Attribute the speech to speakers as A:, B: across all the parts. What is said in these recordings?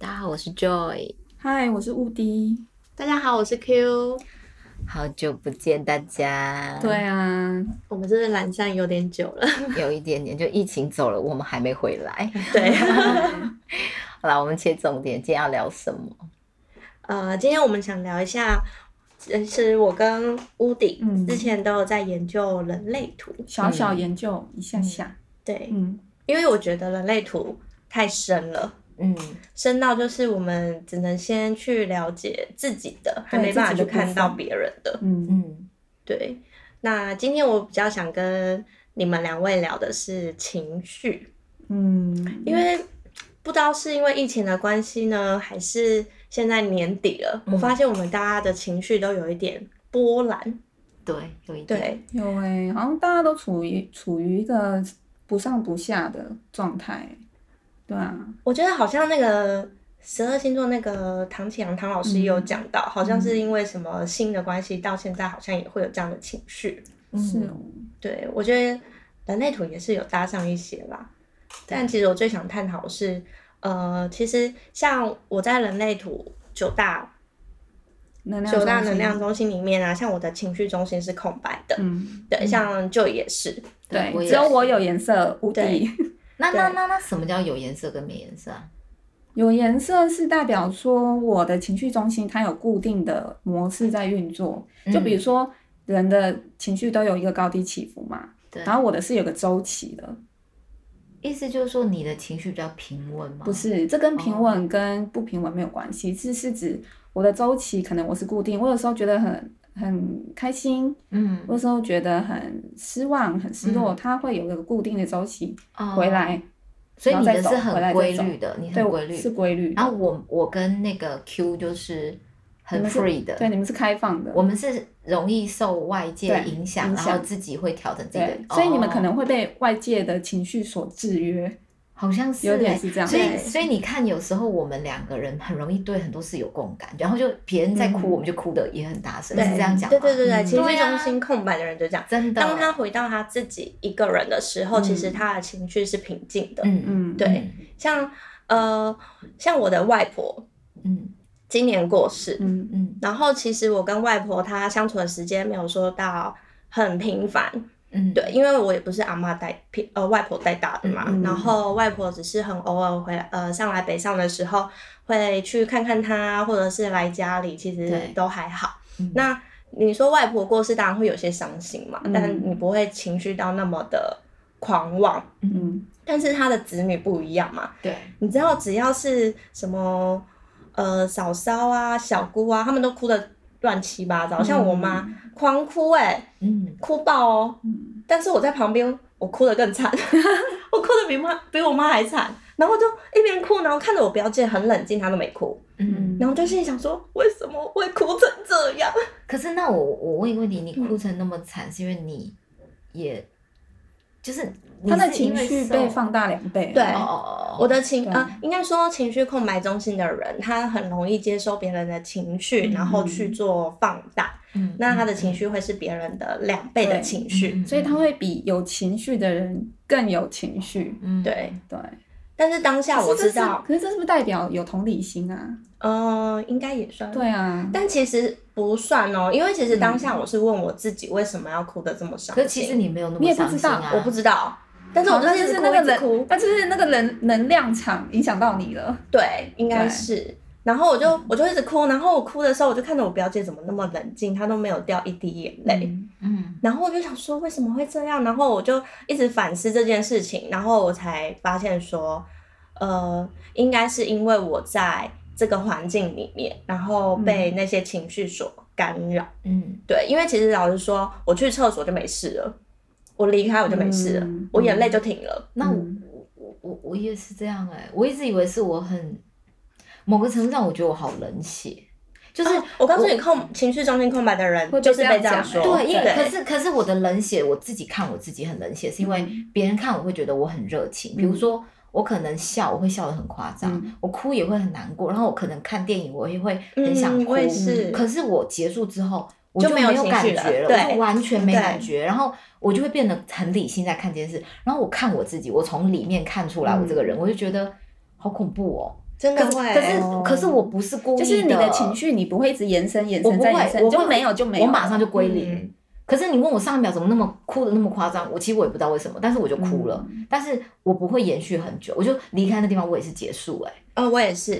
A: 好，我是 Joy。
B: 嗨，我是雾滴。
C: 大家好，我是 Q，
A: 好久不见大家。
B: 对，啊，
C: 我们真的懒散有点久了，
A: 有一点点，就疫情走了，我们还没回 来。
C: 对，
A: 好啦，我们切重点，今天要聊什么？
C: 呃，今天我们想聊一下，其实我跟屋
B: 嗯
C: 顶之前都有在研究人类图，
B: 小小研究一下下。
C: 对，
B: 嗯，
C: 因为我觉得人类图太深了，
A: 嗯，
C: 深到就是我们只能先去了解自己的，还
B: 对
C: 没办法
B: 自己
C: 去
B: 的部
C: 看到
B: 分
C: 别人的。
B: 嗯，
A: 嗯，
C: 对，那今天我比较想跟你们两位聊的是情绪，
B: 嗯，
C: 因为不知道是因为疫情的关系呢，还是现在年底了，
A: 嗯
C: 我发现我们大家的情绪都有一点波澜。
A: 对，有一点。
C: 对，
B: 有诶、好像大家都处于处于一个不上不下的状态。对啊，
C: 我觉得好像那个十二星座那个唐启阳唐老师也有讲到，好像是因为什么新的关系，到现在好像也会有这样的情绪。
B: 是哦
A: 嗯，
C: 对我觉得人类图也是有搭上一些啦，但其实我最想探讨的是，呃，其实像我在人类图九大
B: 能量
C: 九大
B: 中心
C: 能量，中心里面啊，像我的情绪中心是空白的，
B: 嗯，
C: 对，像就也是，
B: 对
A: 我，也
B: 只有
A: 是
B: 我有颜色，无敌
C: 对。
A: 那那
C: 对
A: 那那什么叫有颜色跟没颜色啊？
B: 有颜色是代表说我的情绪中心它有固定的模式在运作，就比如说人的情绪都有一个高低起伏嘛，
A: 对
B: 然后我的是有个周期的，
A: 意思就是说你的情绪比较平稳吗？哦
B: 不，是，这跟平稳跟不平稳没有关系，是是指我的周期可能我是固定，我有时候觉得很很开心，
A: 嗯，
B: 我有时候觉得很失望、很失落，
A: 嗯
B: 它会有一个固定的周期
A: 哦
B: 回，来，
A: 所以你的
B: 然后
A: 是
B: 再走回
A: 很
B: 来再
A: 规
B: 走
A: 律的，你
B: 对
A: 很规律，
B: 是规律的。
A: 然后我我跟那个 Q 就是很
B: 你们是
A: free 的，
B: 对你们是开放的，
A: 我们是容易受外界
B: 对
A: 影响，
B: 影
A: 然
B: 响
A: 后自己会调整自己的
B: 对，，所以你们
A: 哦
B: 可能会被外界的情绪所制约，
A: 好像是
B: 有点
A: 欸
B: 是这样
A: 所以
C: 对
A: 所以你看，有时候我们两个人很容易对很多事有共感，然后就别人在哭，
B: 嗯
A: 我们就哭的也很大声，
C: 对
A: 是这样讲吗？
C: 对对对对，
B: 嗯
C: 情绪
A: 对啊
C: 中心空白的人就这样。
A: 真的。
C: 当他回到他自己一个人的时候，
B: 嗯
C: 其实他的情绪是平静的。
A: 嗯
B: 嗯，
C: 对像呃，像我的外婆
A: 嗯
C: 今年过世，
B: 嗯
A: 嗯
C: 然后其实我跟外婆她相处的时间没有说到很频繁，
A: 嗯，
C: 对，因为我也不是阿妈带平呃外婆带大的嘛，
B: 嗯嗯
C: 然后外婆只是很偶尔回来呃上来北上的时候会去看看她，或者是来家里，其实
A: 对
C: 都还好
A: 嗯。
C: 那你说外婆过世，当然会有些伤心嘛，
B: 嗯
C: 但你不会情绪到那么的狂妄。
B: 嗯，
C: 但是她的子女不一样嘛，
A: 对，
C: 你知道只要是什么呃嫂嫂啊、小姑啊，他们都哭的乱七八糟，像我妈狂哭哎、
A: 嗯
C: 哭爆哦。
B: 嗯
C: 但是我在旁边，我哭得 更惨，我哭得比妈比我妈还惨。然后就一边哭，然后看着我表姐很冷静，她都没哭。
A: 嗯。
B: 嗯
C: 然后就心里想说，为什么会哭成这样？
A: 可是那我我问一个问题，你
B: 嗯
A: 哭成那么惨，是因为你也就是你
B: 他的
A: 是因
B: 情
A: 为
B: 绪
A: 受
B: 被放大两倍，
C: 对
A: 哦哦哦，
C: 我的情
B: 对
C: 呃，应该说情绪空白中心的人，他很容易接收别人的情绪，然后去做放大。
A: 嗯
C: 那他的情绪会是别人的两倍的
B: 对
C: 情绪。
A: 嗯
B: 所以他会比有情绪的人更有情绪。
A: 嗯
C: 对，
B: 对，
C: 但是当下我知道，
B: 可是这是，可是这是不是代表有同理心啊？
C: 呃，应该也算
B: 对啊，
C: 但其实不算哦，因为其实当下
B: 嗯
C: 我是问我自己为什么要哭得这么伤心，
A: 可是其实你没有那
B: 你
A: 么
B: 也不
A: 伤
B: 知
A: 心
B: 道
A: 啊，
C: 我不知道，但是我
B: 好那
C: 一
B: 就
C: 直
B: 是
C: 哭
B: 那个
C: 一直哭
B: 人，，那就是那个人能量场影响到你了。
C: 对，应该是。然后我就我就一直哭，然后我哭的时候，我就看着我表姐怎么那么冷静，她都没有掉一滴眼泪。
B: 嗯
A: 嗯
C: 然后我就想说为什么会这样，然后我就一直反思这件事情，然后我才发现说，呃，应该是因为我在这个环境里面，然后
B: 嗯
C: 被那些情绪所干扰。
A: 嗯
C: 对，因为其实老实说，我去厕所就没事了，我离开我就没事了，
B: 嗯
C: 我眼泪就停了。
A: 那我、
B: 嗯
A: 我我我我也是这样哎、我一直以为是我很某个程度上，我觉得我好冷血，就是、
B: 哦
C: 啊我告诉你，空情绪中心空白的人
B: 会被
C: 就是被
B: 这样
C: 这样
B: 讲
C: 说，
A: 欸对，因为
C: 对
A: 可是可是我的冷血，我自己看我自己很冷血，是因为
B: 嗯
A: 别人看我会觉得我很热情，比如说。我可能笑，我会笑得很夸张；
B: 嗯
A: 我哭也会很难过。然后我可能看电影，我也会很想
C: 嗯
A: 哭。
C: 我也是
A: 可是我结束之后，我
C: 就
A: 就
C: 没有
A: 没有
C: 情
A: 感
C: 绪
A: 觉了，
C: 了
A: 我
C: 对
A: 就完全没
C: 对
A: 感觉。然后我就会变得很理性在看这件事。然后我看我自己，我从里面看出来我这个人，我就觉得好恐怖哦。
C: 真的
A: 可是
C: 会。
A: 可是
B: 哦
A: 可是我不是故意的，
B: 就是你的情绪，你不会一直延伸、延
A: 我
B: 伸
A: 不
B: 再延
A: 会，我
B: 伸，就
A: 会
B: 没有就没有，
A: 我马上就归零。
C: 嗯
A: 可是你问我上一秒怎么那么哭的那么夸张，我其实我也不知道为什么，但是我就哭了。但是我不会延续很久，我就离开那地方，我也是结束、欸。
C: 呃，我也是。
A: 哎，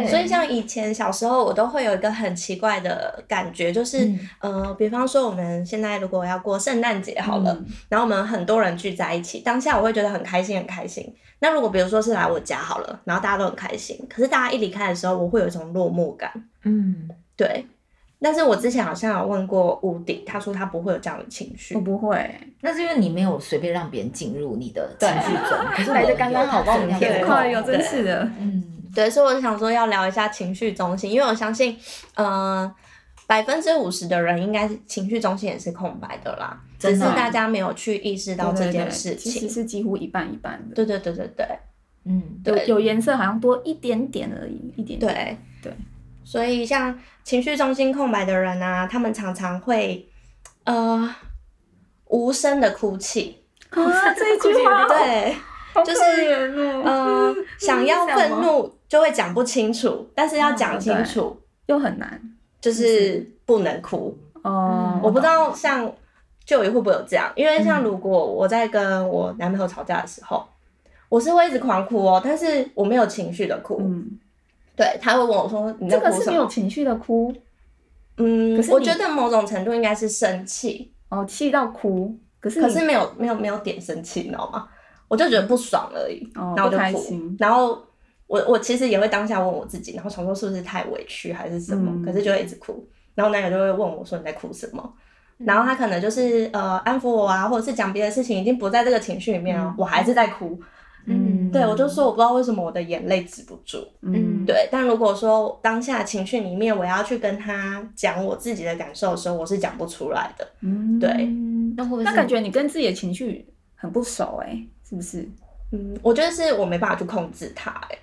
A: 对，
C: 所以像以前小时候，我都会有一个很奇怪的感觉，就是、
A: 嗯
C: 呃，比方说我们现在如果要过圣诞节好了，
B: 嗯
C: 然后我们很多人聚在一起，当下我会觉得很开心，很开心。那如果比如说是来我家好了，然后大家都很开心，可是大家一离开的时候，我会有一种落寞感。
A: 嗯，
C: 对，但是我之前好像有问过屋顶，他说他不会有这样的情绪
B: 我。不会，
A: 那是因为你没有随便让别人进入你的情
C: 对
A: 绪中，可是我
B: 来得
A: 的
B: 刚刚好帮我们
C: 填
B: 填
C: 对
B: 快
C: 空
B: 哟，真是的。
A: 嗯，
C: 对，所以我就想说要聊一下情绪中心，因为我相信，呃，百分之五十的人应该是情绪中心也是空白的啦，只
A: 真
C: 是
A: 的
C: 大家没有去意识到
B: 哦对
C: 这
B: 对
C: 件
B: 对
C: 事
B: 其实
C: 情。
B: 是几乎一半一半的。
C: 对对对对对
A: 嗯，
C: 对
B: 有有颜色好像多一点点而已，一点点。
C: 对
B: 对，
C: 所以像情绪中心空白的人啊，他们常常会，呃，无声的哭泣，
B: 啊，这一句话
C: 对，
B: 好
C: 就
B: 可
C: 是
B: 怜哦
C: 呃，想要
B: 这是什
C: 愤
B: 么
C: 怒就会讲不清楚，但是要讲
B: 嗯
C: 清
B: 对
C: 楚
B: 又很难
C: 就是不能哭。
B: 哦
A: 嗯。
C: 我不知
B: 道，
C: 道像舅爷会不会有这样，因为像
A: 嗯
C: 如果我在跟我男朋友吵架的时候，我是会一直狂哭哦，但是我没有情绪的哭。
B: 嗯，
C: 对，他会问我说：“你在
B: 这个
C: 哭
B: 是
C: 什
B: 没有
C: 么
B: 情绪的哭？”
C: 嗯
B: 可，是
C: 我
B: 你
C: 觉得某种程度应该是生气，
B: 哦，气到哭，可是
C: 可
B: 你
C: 是没有没有没有点生气，你知道吗？我就觉得不爽而已，
B: 哦
C: 然后我就
B: 不开
C: 哭
B: 心，
C: 然后。我我其实也会当下问我自己，然后想说是不是太委屈还是什么，
B: 嗯
C: 可是就会一直哭。然后男友就会问我说你在哭什么，然后他可能就是呃安抚我啊，或者是讲别的事情，已经不在这个情绪里面了，
B: 嗯
C: 我还是在哭。
A: 嗯
C: 对我就说我不知道为什么我的眼泪止不住。
A: 嗯
C: 对，但如果说当下情绪里面我要去跟他讲我自己的感受的时候，我是讲不出来的。
B: 嗯
C: 对
A: 那会不会
B: 那
A: 是
B: 感觉你跟自己的情绪很不熟哎，是不是？
C: 嗯，我觉得是我没办法去控制它、欸，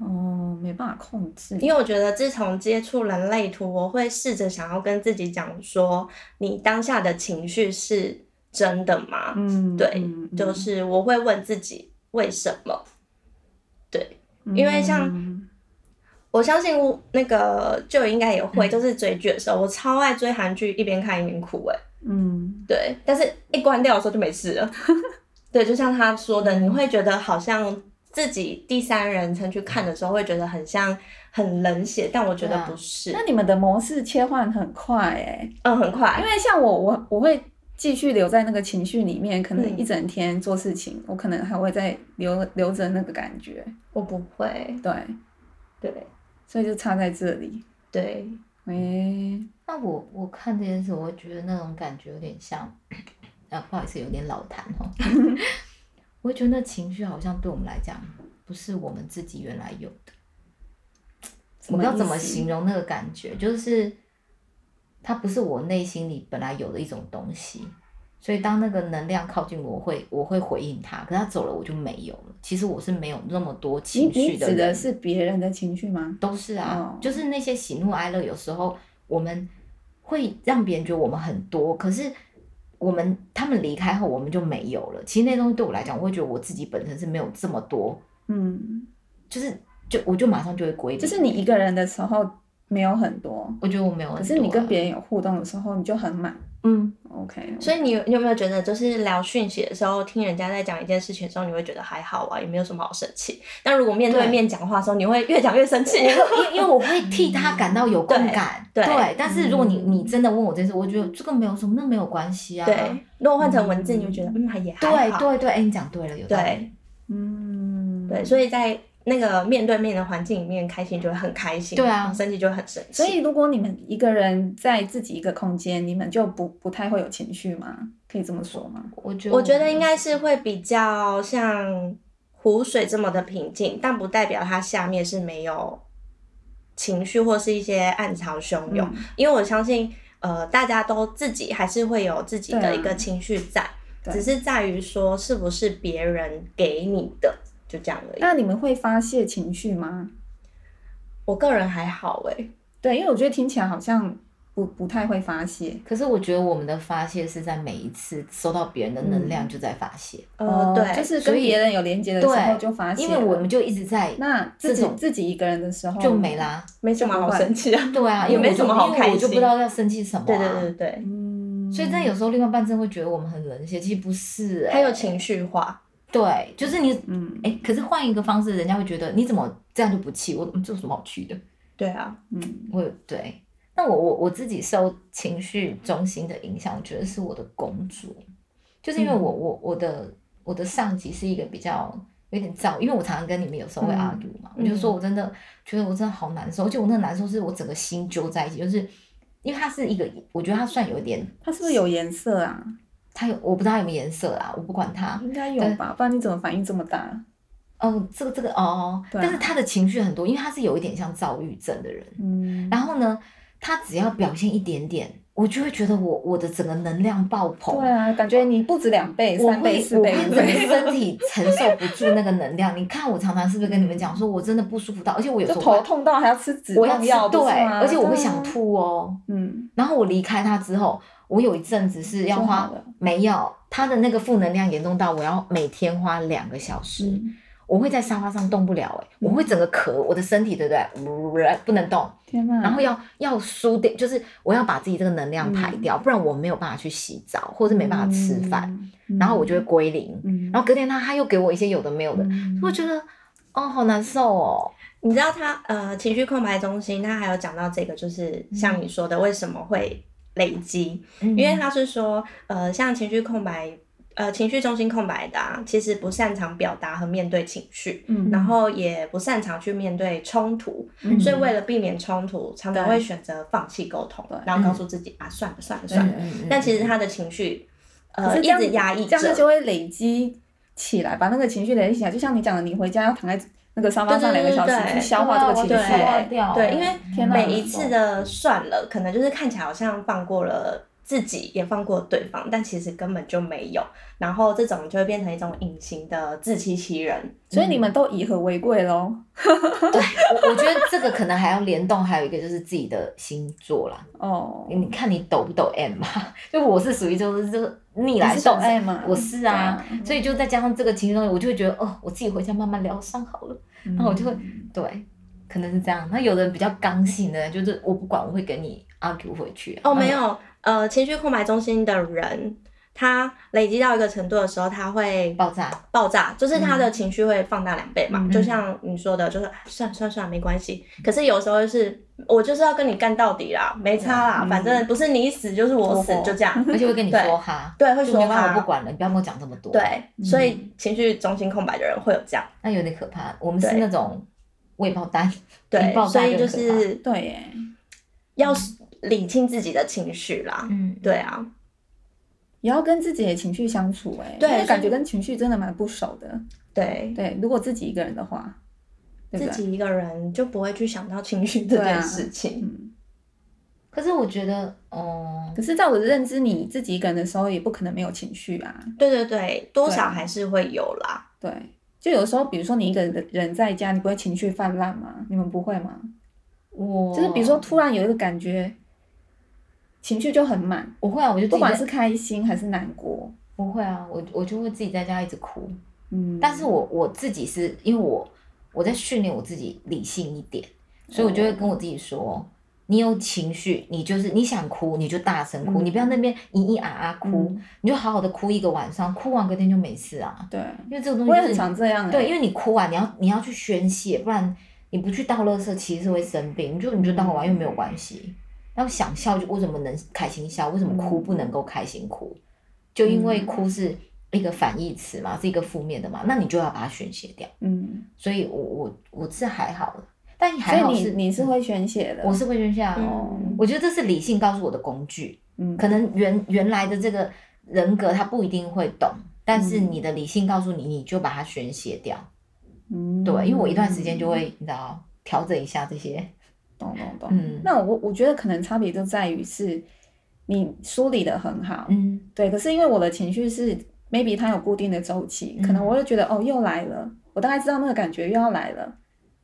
B: 哦，没办法控制，
C: 因为我觉得自从接触人类图，我会试着想要跟自己讲说，你当下的情绪是真的吗？
B: 嗯，
C: 对
B: 嗯，嗯
C: 就是我会问自己为什么。对因为像
B: 嗯
C: 我相信我那个就应该也会，
A: 嗯
C: 就是追剧的时候，我超爱追韩剧，一边看一边哭、欸，哎，
B: 嗯，
C: 对，但是一关掉的时候就没事了。 对，就像他说的，
A: 嗯
C: 你会觉得好像自己第三人称去看的时候，会觉得很像很冷血，但我
A: 对
C: 觉得
A: 啊
C: 不是，
B: 那你们的模式切换很快哎，
C: 嗯，很快
B: 因，为像我，我我会继续留在那个情绪里面，可能
C: 嗯
B: 一整天做事情，我可能还会再留留着那个感觉，
C: 我不会，
B: 对，
C: 对
B: 所以就差在这里。
C: 对，
B: 喂、
A: 那我我看这件事，我会觉得那种感觉有点像， 啊，不好意思，有点老痰哦。 我会觉得那情绪好像对我们来讲，不是我们自己原来有的。
B: 什
A: 我不知道
B: 意
A: 怎么
B: 思
A: 形容那个感觉，就是它不是我内心里本来有的一种东西。所以当那个能量靠近我，我会我会回应它，可是它走了我就没有了。其实我是没有那么多
B: 你
A: 情绪
B: 你
A: 的
B: 指的
A: 人
B: 是别人的情绪吗？
A: 都是啊，
B: 哦
A: 就是那些喜怒哀乐，有时候我们会让别人觉得我们很多，可是我们他们离开后，我们就没有了。其实那东西对我来讲，我会觉得我自己本身是没有这么多，
B: 嗯，
A: 就是就我就马上就会归零。
B: 就是你一个人的时候没有很多，
A: 我觉得我没有很多啊，
B: 可是你跟别人有互动的时候，你就很满。
A: 嗯，
B: OK，
C: 所
B: 以
C: 以你有你有没有觉得，就是聊讯息的时候，听人家在讲一件事情的时候，你会觉得还好啊，也没有什么好生气。但如果面对
A: 对啊
C: 面讲话的时候，你会越讲越生气。
A: 因因为我会替他感到有共感，
C: 对嗯对
A: 但是如果你你真的问我这件事，我觉得这个没有什么，那没有关系啊。
C: 对，如果换成文字，你会觉得嗯还也还
A: 对
C: 好。
A: 对对，哎，你讲对了，有道
C: 对
A: 理。
B: 嗯，
C: 对，所以在那个面对面的环境里面，开心就会很开心，
A: 对啊
C: 生气就会很生气。
B: 所以如果你们一个人在自己一个空间，你们就不不太会有情绪吗？可以这么说吗？
A: 我觉得
C: 我觉得
A: 没
C: 应
A: 有
C: 该是会比较像湖水这么的平静，但不代表它下面是没有情绪或是一些暗潮汹涌，
B: 嗯
C: 因为我相信，呃，大家都自己还是会有自己
B: 对
C: 的
B: 啊
C: 一个情绪在，
B: 对
C: 只是在于说是不是别人给你的，就这样而已。
B: 那你们会发泄情绪吗？
C: 我个人还好哎、
B: 对，因为我觉得听起来好像不不太会发泄。
A: 可是我觉得我们的发泄是在每一次收到别人的能
C: 嗯
A: 量就在发泄，
C: 呃，对，
B: 哦就是
A: 所
B: 跟
A: 以
B: 别人有连接的时候
A: 对
B: 就发泄了，
A: 因为我们就一直在
B: 那自己
A: 这种
B: 自己一个人的时候
A: 就没。啦。
C: 没什么好 生气啊。
A: 对啊，
C: 也
A: 因为
C: 没
A: 我就
C: 什么好
A: 因
C: 开
A: 为我就
C: 心
A: 不知道要生气什么、啊。
C: 对对对对，
B: 嗯，
A: 所以真的有时候另外一半真的会觉得我们很冷血，其实不是、欸。
C: 还有情绪化，
A: 对，就是你
B: 嗯
A: 哎、可是换一个方式，人家会觉得你怎么这样就不气？我嗯这有什么好气的？
C: 对啊，
B: 嗯
A: 我对，那我我我自己受情绪中心的影响，我觉得是我的工作，就是因为
B: 嗯
A: 我、我我的我的上级是一个比较有点躁，因为我常常跟你们有时候会
B: 嗯
A: argue 嘛，我就说我真的觉得我真的好难受，而且我那个难受是我整个心揪在一起，就是因为他是一个，我觉得他算有一点，
B: 它是不是有颜色啊？
A: 他有我不知道他有没有颜色啦，我不管他，
B: 应该有
A: 对
B: 吧，不然你怎么反应这么大？
A: 哦，这个这个哦，
B: 对啊
A: 但是他的情绪很多，因为他是有一点像躁郁症的人，
B: 嗯，
A: 然后呢，他只要表现一点点，我就会觉得我我的整个能量爆棚，
B: 对啊，感觉你不止两倍、
A: 我
B: 三倍、
A: 会
B: 四
A: 我
B: 倍、
A: 会
B: 五
A: 整个
B: 倍，
A: 身体承受不住那个能量。你看我常常是不是跟你们讲说，我真的不舒服到，而且我有
B: 就
A: 时候
B: 头
A: 会
B: 痛到还要吃止
A: 我要
B: 痛
A: 吃
B: 药，
A: 对，
B: 不是吗
A: 而且我会
B: 对啊
A: 想吐哦。
B: 嗯，
A: 然后我离开他之后，我有一阵子是要
B: 就
A: 花
B: 好了
A: 没有他的那个负能量严重到我要每天花两个小时。
B: 嗯
A: 我会在沙发上动不了、欸，我会整个咳，我的身体对不对？不能动，
B: 天哪，
A: 然后要要输掉，就是我要把自己这个能量排掉，不然我没有办法去洗澡，或者是没办法吃饭，
B: 嗯嗯，
A: 然后我就会归零，
B: 嗯，嗯，
A: 然后隔天他他又给我一些有的没有的，
B: 嗯
A: 我觉得哦好难受哦，
C: 你知道他呃情绪空白中心，他还有讲到这个，就是
B: 嗯
C: 像你说的，为什么会累积？
A: 因
C: 因为他是说，呃，像情绪空白，呃，情绪中心空白的、啊，其实不擅长表达和面对情绪，
B: 嗯，
C: 然后也不擅长去面对冲突，
B: 嗯
C: 所以为了避免冲突，常常
B: 对
C: 会选择放弃沟通
B: 对，
C: 然后告诉自己、啊，算了算了
B: 对
C: 算了。
A: 嗯
C: 但其实他的情绪，
B: 可
C: 呃，
B: 是
C: 一
B: 这样
C: 直压抑
B: 这
C: 着
B: 样，子就会累积起来，把那个情绪累积起来。就像你讲的，你回家要躺在那个沙发上
C: 对
B: 两个
C: 对对
B: 小
C: 对
B: 时去消化这个情
C: 对
B: 绪，
C: 对
B: 哎
C: 对，因为
B: 天哪
C: 每一次的算了，可能就是看起来好像放过了自己，也放过对方，但其实根本就没有。然后这种就会变成一种隐形的自欺欺人。
B: 所以你们都以和为贵喽。
A: 对我我觉得这个可能还要联动，还有一个就是自己的星座啦，
B: 哦，
A: 你看你抖不抖 M 嘛？ 就我是属于就是就是逆来
B: 你是懂
A: 顺受
B: 爱吗？
A: 我是啊，所以
B: 嗯
A: 就再加上这个情绪东西，我就会觉得哦，我自己回家慢慢疗伤好了。
C: 嗯
B: 然
A: 然后我就会对，可能是这样。那有的人比较刚性的，就是我不管，我会跟你 argue 回去。
C: 哦，没，有，呃，情绪空白中心的人，他累积到一个程度的时候，他会
A: 爆 炸。
C: 爆炸，就是他的情绪会放大两倍嘛。
B: 嗯
C: 就像你说的，就是哎算算算没关系。可是有时候就是我就是要跟你干到底啦，没差啦，
B: 嗯
C: 反正不是你死就是我死
B: 我，活
C: 就这样。
A: 而且会跟你
C: 对
A: 说哈，
C: 对，会
A: 就
C: 说
A: 没办法
C: 话
A: 我不管了，你不要跟我讲这么多。，
C: 对，
B: 嗯
C: 所以情绪中心空白的人会有这样，
A: 那有点可怕。我们是
C: 对
A: 那种未爆单，
C: 对
A: 引爆，
C: 所
A: 炸
C: 以
A: 就
C: 就
A: 很可怕
C: 是
B: 对耶，
C: 要理清自己的情绪啦。
A: 嗯，
C: 对啊，
B: 也要跟自己的情绪相处哎，
C: 对
B: 因为感
C: 所以
B: 觉跟情绪真的蛮不熟的。
C: 对，
B: 对，如果自己一个人的话，对不
C: 自
B: 对？
C: 己一个人就不会去想到情绪这
B: 对
C: 件
B: 啊
C: 事情。
B: 嗯。
A: 可是我觉得，哦，
B: 可是，在我的认知，你自己一个人的时候，也不可能没有情绪啊。
C: 对对对，多
B: 对
C: 少还是会有啦。
B: 对，就有时候，比如说你一个人人在家，你不会情绪泛滥吗？你们不会吗？
A: 我
B: 就是比如说，突然有一个感觉，情绪就很满，
A: 我会啊，我就自
B: 不
A: 己在
B: 管是开心还是难过，
A: 我会啊，我我就会自己在家一直哭。
B: 嗯，
A: 但是我我自己是因为我我在训练我自己理性一点，所以我就会
B: 嗯
A: 跟我自己说，你有情绪，你就是你想哭你就大声哭，
B: 嗯
A: 你不要那边咿咿啊啊哭，
B: 嗯
A: 你就好好的哭一个晚上，哭完隔天就没事啊。
B: 对，
A: 因为这个东西、
B: 我
A: 就
B: 也
A: 是、
B: 很常这样、欸，
A: 对，因为你哭啊完你要你要去宣泄，不然你不去倒垃圾其实是会生病，你就你就倒完又没有关系。然后想笑就为什么能开心笑，为什么哭
B: 嗯
A: 不能够开心哭？就因为
B: 嗯
A: 哭是一个反义词嘛，是一个负面的嘛，那你就要把它宣泄掉。
B: 嗯，
A: 所以我我我是还好了，但
B: 所
A: 还好
B: 以
A: 是
B: 你你是会宣泄的，
A: 我是会宣泄啊。
B: 哦，
A: 我觉得这是理性告诉我的工具，
B: 嗯，
A: 可能原原来的这个人格他不一定会懂，但是你的理性告诉你，你就把它宣泄掉。
B: 嗯
A: 对，因为我一段时间就会，你知道，调整一下这些。
B: 懂懂懂，
A: 嗯
B: 那我我觉得可能差别就在于是，你梳理的很好，
A: 嗯，
B: 对，可是因为我的情绪是 maybe 它有固定的周期，可能
A: 嗯
B: 我会觉得哦又来了，我大概知道那个感觉又要来了。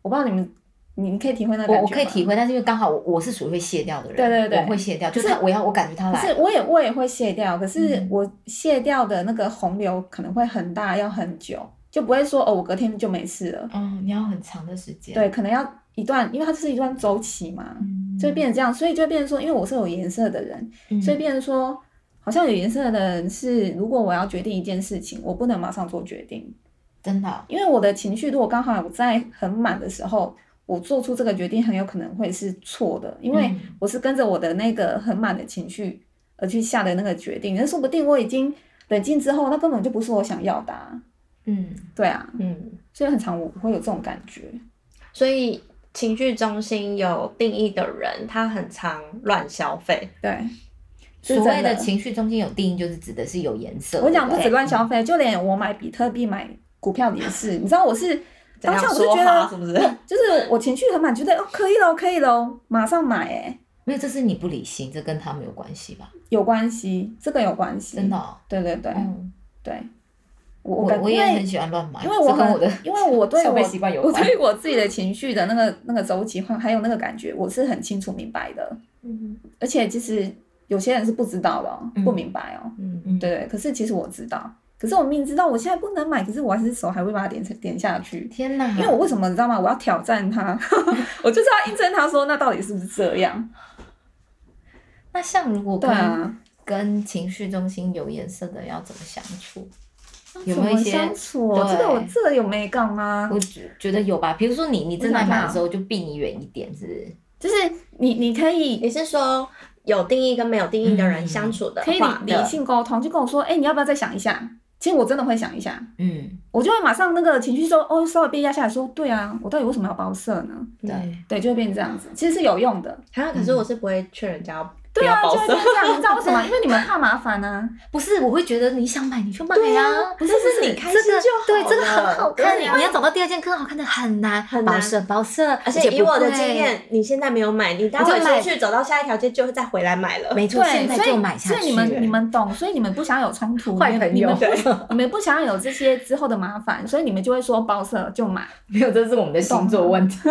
B: 我不知道你们你你可以体会那感觉
A: 我
B: 吗
A: 我可以体会，但是因为刚好我我是属于会卸掉的人，
B: 对对对
A: 我会卸掉，就是是他我要我感觉他
B: 可
A: 来，
B: 是我也我也会卸掉，可是
A: 嗯
B: 我卸掉的那个洪流可能会很大，要很久，就不会说哦，我隔天就没事了。
A: 嗯，你要很长的时间，
B: 对，可能要一段，因为它就是一段周期嘛，
A: 嗯，
B: 就会变成这样，所以就会变成说，因为我是有颜色的人，
A: 嗯，
B: 所以变成说，好像有颜色的人是，如果我要决定一件事情，我不能马上做决定，
A: 真的哦
B: 因为我的情绪如果刚好我在很满的时候，我做出这个决定很有可能会是错的，因为
A: 嗯
B: 我是跟着我的那个很满的情绪而去下的那个决定，那说不定我已经冷静之后，那根本就不是我想要的、啊，
A: 嗯，
B: 对啊，
C: 嗯，
B: 所以很常我会有这种感觉，
C: 所以情绪中心有定义的人，他很常乱消费。
B: 对。是
A: 所谓
B: 真的
A: 的情绪中间有定义，就是指的嗯是有颜色。
B: 我讲
A: 对
B: 不
A: 对
B: 止乱消费，就连我买比特币、买股票也是。你知道 我是当下我就觉
C: 怎样说话
B: 得，
C: 是不是？
B: 就是我情绪很满，觉得哦可以喽，可以喽，马上买哎、
A: 没有，这是你不理性，这跟他们有关系吧？
B: 有关系，这个有关系，
A: 真的、哦，
B: 对对对、
A: 嗯，
B: 对，我
A: 我
B: 感
A: 我
B: 因
A: 也
B: 为
A: 很喜欢乱买，
B: 因为我
A: 这跟
B: 很
A: 我的
B: 因为我对
A: 消费
B: 我
A: 习惯有
B: 我
A: 关。
B: 对我自己的情绪的那个那个周期，还有那个感觉，我是很清楚明白的。
C: 嗯
B: 而且其实有些人是不知道的、哦，
A: 嗯
B: 不明白哦。
C: 嗯
A: 嗯，
B: 对对，可是其实我知道，可是我明知道我现在不能买，可是我还是手还会把它点点下去。
A: 天哪！
B: 因为我为什么你知道吗？我要挑战他，
A: 嗯
B: 我就是要印证他说那到底是不是这样？
A: 那像如果
B: 对
A: 跟、
B: 啊，
A: 跟情绪中心有颜色的人要怎么相处？有
B: 怎
A: 没有
B: 么
A: 一些
B: 相处哦？
A: 对
B: 这个我这个有没杠吗？
A: 我觉觉得有吧，比如说你你正在买的时候就避你远一点，是不是？
B: 就是你你可以
C: 你是说有定义跟没有定义的人
A: 嗯
C: 相处的
B: 可以
C: 话，
B: 理理性沟通，就跟我说，哎、你要不要再想一下？其实我真的会想一下，
A: 嗯，
B: 我就会马上那个情绪说，哦，稍微被压下来，说，对啊，我到底为什么要包色呢？
A: 对，
B: 对，就会变成这样子，其实是有用的。
C: 啊，可是我是不会劝人家不
B: 对
C: 要
B: 啊，就
C: 包
B: 会
C: 色
B: 变。成这样，你知道为什么？因为你们怕麻烦啊。
A: 不是，我会觉得你想买你就买
C: 对
A: 呀、
C: 啊
A: 不是
C: 但是
A: 不是
C: 你开
A: 这
C: 心
A: 个
C: 就好
A: 对，这个
C: 了
A: 很好看，欸
C: 对啊
A: 你要找到第二件更好看的很难，
C: 很难
A: 包色包色，
C: 而且以
A: 不
C: 我的
A: 贵
C: 经，验，你现在没有买，你待
A: 我
C: 会
A: 就买
C: 出去走到下一条街就会再回来买了。
A: 没错，现在
B: 所以
A: 就买下
B: 所
A: 去。
B: 以你们你们懂，所以你们不想有冲突，
A: 坏
B: 你们
A: 朋友
B: 你们不你们不想有这些之后的麻烦，所以你们就会说包色就买。
A: 没有，这是我们的星座问题。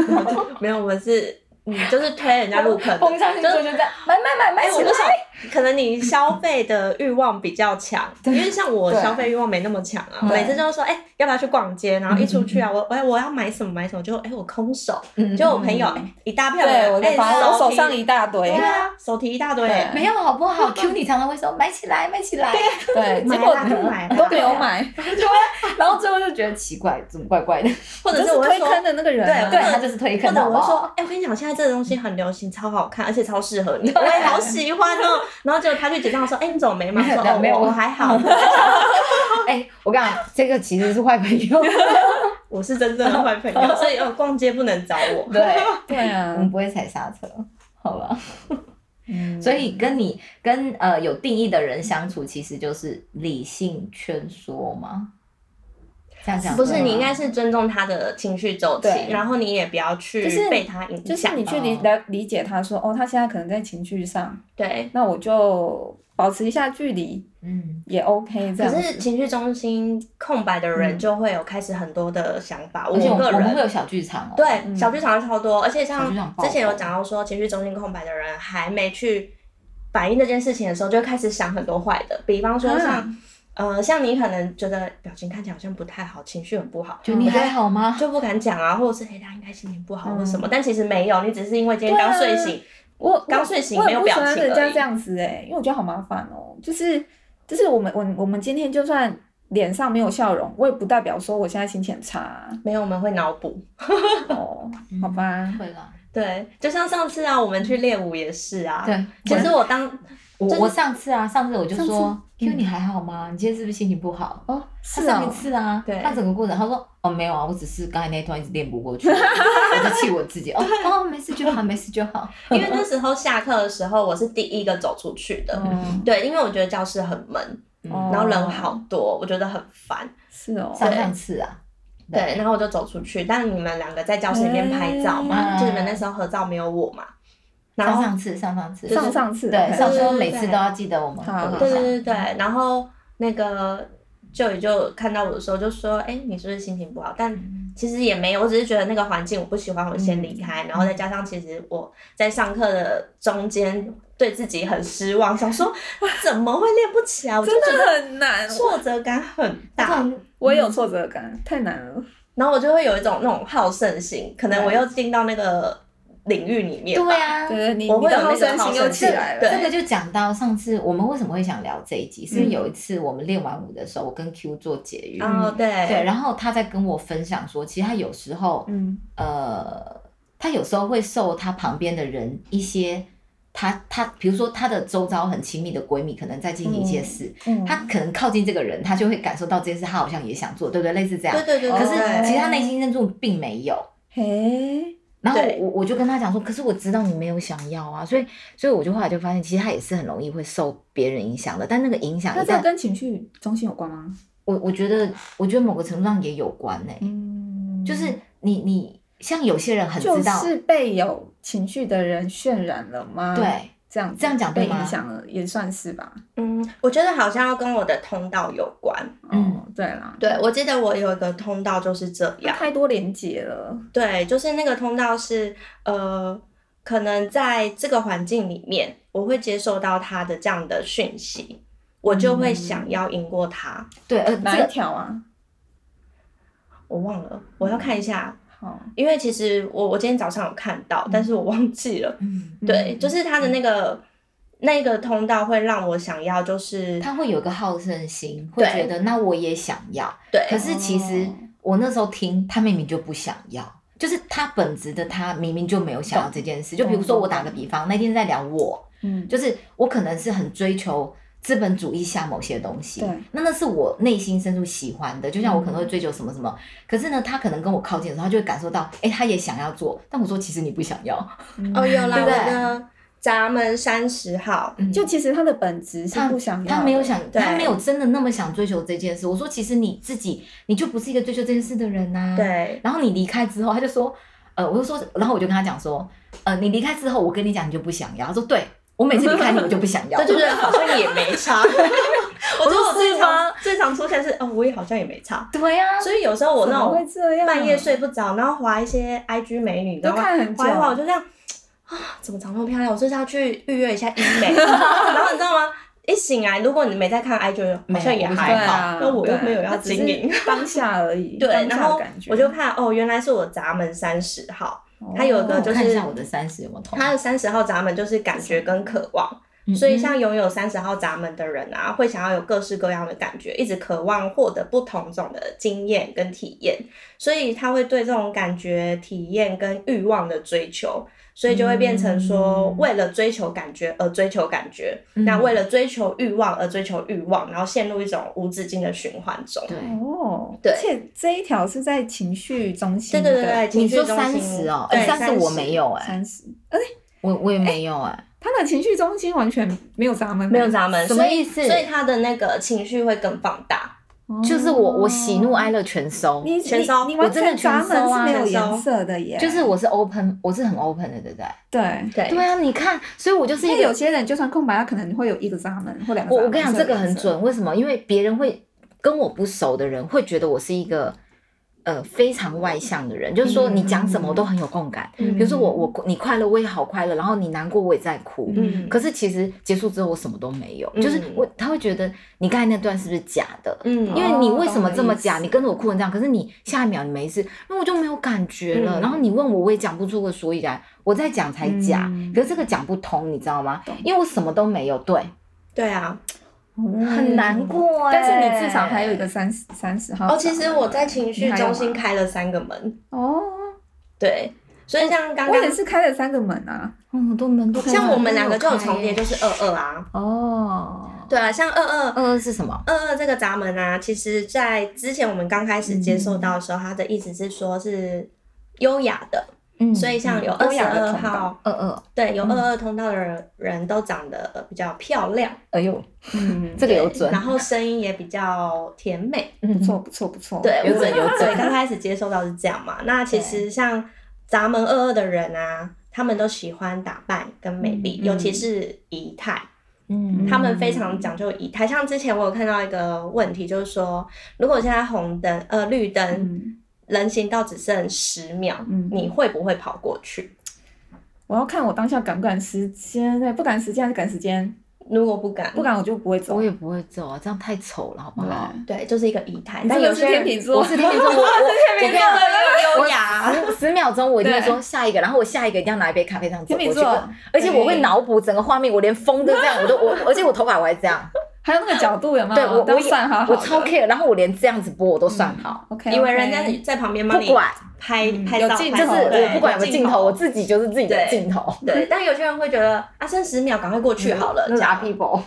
C: 没有，我们是嗯，就是推人家入坑的。
A: 上去就这样，买买买
C: 哎、
A: 买
C: 我不想，可能你消费的欲望比较 强，因为像我
B: 对
C: 消费欲望没那么强啊，
A: 对
C: 每次就是说，哎、要不要去逛街？然后一出去啊，我哎我要买什么买什么，就哎、我空手，
A: 嗯
C: 就我朋友、哎一大票人，哎、提
B: 大堆
C: 对啊，手提一大堆，
B: 对
A: 没有好不好？Q 你常常会说买起来买起来，
B: 对
C: 买啦
A: 嗯
C: 不买啊啦
B: 都没有买，
A: 然后最后就觉得奇怪，怎么怪怪 的？
C: 或 者
B: 就是
C: 我会
B: 推
C: 说。
B: 坑的那个人啊。
A: 对他就是推
C: 或
A: 坑的好
C: 者我
A: 不
C: 会说
A: 好？，
C: 哎、我跟你讲，现在这个东西很流行，超好看，而且超适合 你，我也好喜欢哦。然后结果他去结账说，哎、你怎么没买？
A: 没有
C: 我说哦，
A: 没有
C: 我我 还好，
A: 哎，我跟你讲，这个其实是坏朋 友。
C: 我是真正的坏朋友，所以呃，逛街不能找我。
A: 对，
B: 对啊
A: 我们不会踩刹车，好吧？
B: 嗯
A: 所以跟你跟呃有定义的人相处，其实就是理性劝说吗？这样讲
C: 不
A: 对啊
C: 是，
A: 吗
C: 你应该是尊重他的情绪周期
B: 对，
C: 然后你也不要去
B: 就是
C: 被他影
B: 就是
C: 响。
B: 你去理
A: 哦
B: 了理解他说，哦，他现在可能在情绪上，
C: 对，
B: 那我就保持一下距离
A: 嗯，
B: 也 OK 这
C: 可
B: 样子。
C: 是情绪中心空白的人就会有开始很多的想法。
A: 而且我
C: 我
A: 们
C: 个
A: 我们会
C: 人
A: 有小剧场哦。
C: 对小剧场超多，而且
A: 小
C: 像
A: 剧场爆
C: 之前有
A: 红
C: 讲到说，情绪中心空白的人还没去反应这件事情的时候，就会开始想很多坏的，比方说像呃，像你可能觉得表情看起来好像不太好，情绪很不好，
A: 就你还好吗？
C: 就不敢讲啊，或者是嘿，他应该心情不好或
B: 嗯
C: 什么，但其实没有，你只是因为今天
B: 对啊
C: 刚睡醒，
B: 我
C: 刚睡醒
B: 我
C: 没有表情
B: 我很不喜欢人
C: 而
B: 家
C: 已
B: 这样子哎、因为我觉得好麻烦哦、就是就是我们我我们今天就算脸上没有笑容，我也不代表说我现在心情很差啊、
C: 没有我们会脑补。
B: 哦，
C: 嗯
B: 好吧。
A: 会啦。
C: 对，就像上次啊，我们去练舞也是啊。，
A: 对，
C: 其实我当
A: 我
C: 就是
A: 我上次啊，上次我就
B: 上次
A: 说，Q
C: 嗯
A: 你还好吗？你今天是不是心情不好？
B: 哦，是
A: 他
B: 啊、
A: 上一次啊，
C: 对
A: 他整个过程他说哦没有啊，我只是刚才那一段一直练不过去，我就气我自己哦哦没事就好，没事就好。
C: 因为那时候下课的时候，我是第一个走出去的。
B: 嗯，
C: 对，因为我觉得教室很闷，
A: 嗯
B: 哦，
C: 然后人好多，我觉得很烦。
B: 是哦、
A: 上上次啊，对
C: 对，然后我就走出去，但你们两个在教室里面拍照嘛，
A: 嗯
C: 就你们那时候合照没有我嘛。然
A: 上
C: 后
A: 上次上上次
B: 上上次哎
A: 对，上次
C: 对
A: 我每次都要记得我们
B: 好
A: 合
B: 好
A: 一
C: 对
A: 下
C: 对对对，然后那个舅爷就看到我的时候就说：“哎、你是不是心情不好？”但其实也没有，我只是觉得那个环境我不喜欢，我先离开。然后再加上，其实我在上课的中间对自己很失望，想说怎么会练不起来？我就觉得
B: 很难
C: 挫折感很
A: 这
C: 大。
A: 种
B: 我也有挫折感，太难了。
C: 然后我就会有一种那种好胜心，可能我又进到那个领域里面吧。
A: 对啊，
B: 对，你
C: 我
B: 你
C: 会
B: 的
C: 有那
B: 好
C: 个
B: 胜
C: 好
B: 心又
C: 胜
B: 起
C: 心
B: 来了。
C: 对
A: 这个就讲到上次我们为什么会想聊这一集，是因为
B: 嗯
A: 有一次我们练完舞的时候，我跟 Q 做节育，
B: 嗯
C: 哦，对，
A: 对，然后他在跟我分享说，其实他有时候，
B: 嗯
A: 呃，他有时候会受他旁边的人一些，他他比如说他的周遭很亲密的闺蜜，可能在进行一些事，
B: 嗯，
A: 他可能靠近这个人，他就会感受到这件事，他好像也想做，对不对？类似这样
C: 对。对对对
A: 哦可是
C: 对
A: 其实他内心深处并没有。
B: 嘿，
A: 然后
C: 对
A: 我我就跟他讲说，可是我知道你没有想要啊，所以所以我就后来就发现，其实他也是很容易会受别人影响的，但那个影响
B: 那
A: 一
B: 这个
A: 旦
B: 跟情绪中心有关吗？
A: 我我觉得我觉得某个程度上也有关呢、
B: 嗯，
A: 就是你你像有些人很
B: 就
A: 知道，
B: 是啊被有情绪的人渲染了吗？，
A: 对，
B: 这样子
A: 这样讲对
B: 被
A: 吗
B: 影响了也算是吧。
C: 嗯，我觉得好像要跟我的通道有关。
A: 嗯
B: 哦，对啦，
C: 对，我记得我有一个通道就是这样，
B: 太多连结了。
C: 对，就是那个通道是呃，可能在这个环境里面，我会接受到他的这样的讯息，我就
A: 嗯
C: 会想要赢过他。
A: 对，呃，这
B: 哪一
A: 个
B: 条啊？
C: 我忘了，我要看一下，
B: 好，
C: 因为其实我我今天早上有看到，但是我忘记了。
A: 嗯，
C: 对，
B: 嗯
C: 就是他的那个那个通道会让我想要，就是
A: 他会有一个好胜心，会
C: 对
A: 觉得那我也想要，
C: 对，
A: 可是其实
B: 哦
A: 我那时候听他明明就不想要，就是他本质的他明明就没有想要这件事。就比如说我打个比方，那天在聊我，
B: 嗯，
A: 就是我可能是很追求资本主义下某些东西
B: 对，
A: 那那是我内心深处喜欢的，就像我可能会追求什么什么，可是呢，他可能跟我靠近的时候，他就会感受到，哎、他也想要做，但我说其实你不想要，
C: 哦，有
A: 对不
C: 啦，我
A: 对
C: 的闸门三十号，
A: 嗯
B: 就其实他的本质是
A: 他
B: 不想要的
A: 他没有想，
C: 对
A: 他没有真的那么想追求这件事。我说，其实你自己你就不是一个追求这件事的人呐、。
C: 对，
A: 然后你离开之后，他就说，呃，我就说，然后我就跟他讲说，呃，你离开之后，我跟你讲，你就不想要。他说，对，我每次离开你，我就不想要。
C: 对对对，好像也没差。 我觉得我最常最常出现是，哦，我也好像也没差。
A: 对呀、
C: 所以有时候我
B: 嗯怎
C: 那
B: 么会
C: 种
B: 这样？
C: 半夜睡不着，然后划一些 IG 美女，
B: 都
C: 然后
B: 看很久
C: 划一划，我就这样啊，怎么长那么漂亮？我是不是要去预约一下医美？ 然后你知道吗？一醒来，如果你没在看 IG，好像也
A: 没有
B: 对
C: 还好。
B: 啊，
C: 那我又
B: 对
C: 没有要
B: 他只是
C: 经营
B: 当下而已。
C: 对，
B: 当
C: 然
B: 下的
C: 后
B: 感觉
C: 我就看哦，原来是我闸门三十号，它有一
A: 那
C: 个
A: 我
C: 就是
A: 看一下我的三十有没有
B: 哦
A: 痛。
C: 它的三十号闸门就是感觉跟渴望。
A: 嗯
C: 所以，像拥有三十号闸门的人啊，会想要有各式各样的感觉，一直渴望获得不同种的经验跟体验，所以他会对这种感觉、体验跟欲望的追求，所以就会变成说，
A: 嗯
C: 为了追求感觉而追求感觉，
A: 嗯
C: 那为了追求欲望而追求欲望，然后陷入一种无止境的循环中。
A: 对，
B: 哦，
C: 对
B: 而且这一条是在情绪中
C: 对
B: 心的，
C: 对对对，情
A: 你
C: 绪
A: 说
C: 中
A: 三
C: 心
A: 十哦，
C: 对，
A: 三十我
C: 30
A: 没有哎、
B: 三十，
A: 我我也没有哎、
C: 哦
B: 他的情绪中心完全没有闸门，
C: 没有闸门，
A: 什么
C: 所以
A: 意思
C: 所以他的那个情绪会更放大。
B: 哦，
A: 就是我我喜怒哀乐全收，
B: 你
C: 全收
B: 你你完
A: 我真的
B: 全闸
A: 全收
B: 门
A: 啊
B: 是没有
C: 全
B: 颜
C: 收
B: 色的耶，
A: 就是我是 open，我是很 open 的，对不对？
B: 对。
C: 对
A: 对啊，你看，所以我就是
B: 因
A: 一
B: 为
A: 个
B: 有些人就算空白，他可能会有一个闸门或两个。
A: 我我跟你讲，这个很。准，为什么？因为别人会跟我不熟的人会觉得我是一个呃非常外向的人，就是说
B: 嗯
A: 你讲什么我都很有共感。
C: 嗯
A: 比如说我我你快乐我也好快乐，然后你难过我也在哭。
C: 嗯
A: 可是其实结束之后我什么都没有，
C: 嗯
A: 就是我他会觉得你刚才那段是不是假的？
C: 嗯
A: 因为你为什么这么
B: 哦
A: 假？
B: 懂
A: 你
B: 你意思
A: 跟着我哭成这样，可是你下一秒你没事，那我就没有感觉了。
C: 嗯
A: 然后你问我，我也讲不出个所以然，我在讲才假，
B: 嗯
A: 可是这个讲不通，你知道吗
B: 懂？
A: 因为我什么都没有，对，
C: 对啊，
A: 很难过、哎欸。
B: 哦嗯但是你至少还有一个三十三十号闸门。
C: 哦，其实我在情绪中心开了三个门，
B: 哦，
C: 对，所以像刚
B: 我
C: 刚
B: 也是开了三个门啊。
A: 嗯，都门都
C: 像我们两个就有重叠，
A: 叠，
C: 就是二二啊，
B: 哦，
C: 对啊，像二二
A: 二嗯二是什么？
C: 二二这个闸门啊，其实在之前我们刚开始接受到的时候，
B: 嗯
C: 它的意思是说是优雅的，
A: 嗯
C: 所以像有
B: 嗯
C: 二
B: 优
C: 十
B: 雅的
C: 二
B: 通道嗯
C: 号，
A: 二二，
C: 对，有二二通道的人人都长得呃比较漂亮，
A: 哎呦，
B: 嗯，
A: 这个有
C: 对
A: 准嗯
C: 然，后声音也比较甜美，
B: 不错不错不错。
C: 对，
A: 有
C: 我
A: 准有 准
C: 对，刚开始接受到是这样嘛。那其实像咱们二二的人啊，他们都喜欢打扮跟美丽，
B: 嗯
C: 尤其是仪态。
A: 嗯
C: 他们非常讲究仪态。像之前我有看到一个问题，就是说，如果现在红灯呃绿灯、
B: 嗯
C: 人行道只剩十秒，
B: 嗯
C: 你会不会跑过去？
B: 我要看我当下赶不赶时间，哎对，不赶时间还是赶时间？
C: 如果不敢，
B: 不赶我就不会走。
A: 我也不会走啊，这样太丑了，好不
B: 对
A: 好？
C: 对，就是一个仪态。
B: 你
C: 但
B: 这
C: 有
B: 个是
C: 些人
B: 天秤座，
A: 我是天秤座，我我我跟你讲，
C: 优雅，
A: 十十秒钟我一定会
B: 对
A: 说下一个，然后我下一个一定要拿一杯咖啡这样走过
B: 天秤
A: 去，
B: 座
A: 我，而且我会脑补整个画面，我连风都这样，我都我， 而且我头发我还这样，
B: 还有那个角度有没有？
A: 对我
B: 哦都
A: 我也
B: 算好好的
A: 我超 care，然后我连这样子播我都算好，
B: OK，
C: 以为人家在旁边帮
A: 不
C: 你
A: 管
C: 拍
B: 嗯
C: 拍
B: 有
C: 照，
B: 镜
A: 就是
B: 头
C: 对
A: 我不管有没有镜头，我
C: 镜
A: 自己就是自己的
C: 对
A: 镜头。
C: 对。但有些人会觉得啊，剩十秒，赶快过去好了，这
A: 假
C: 样
A: people，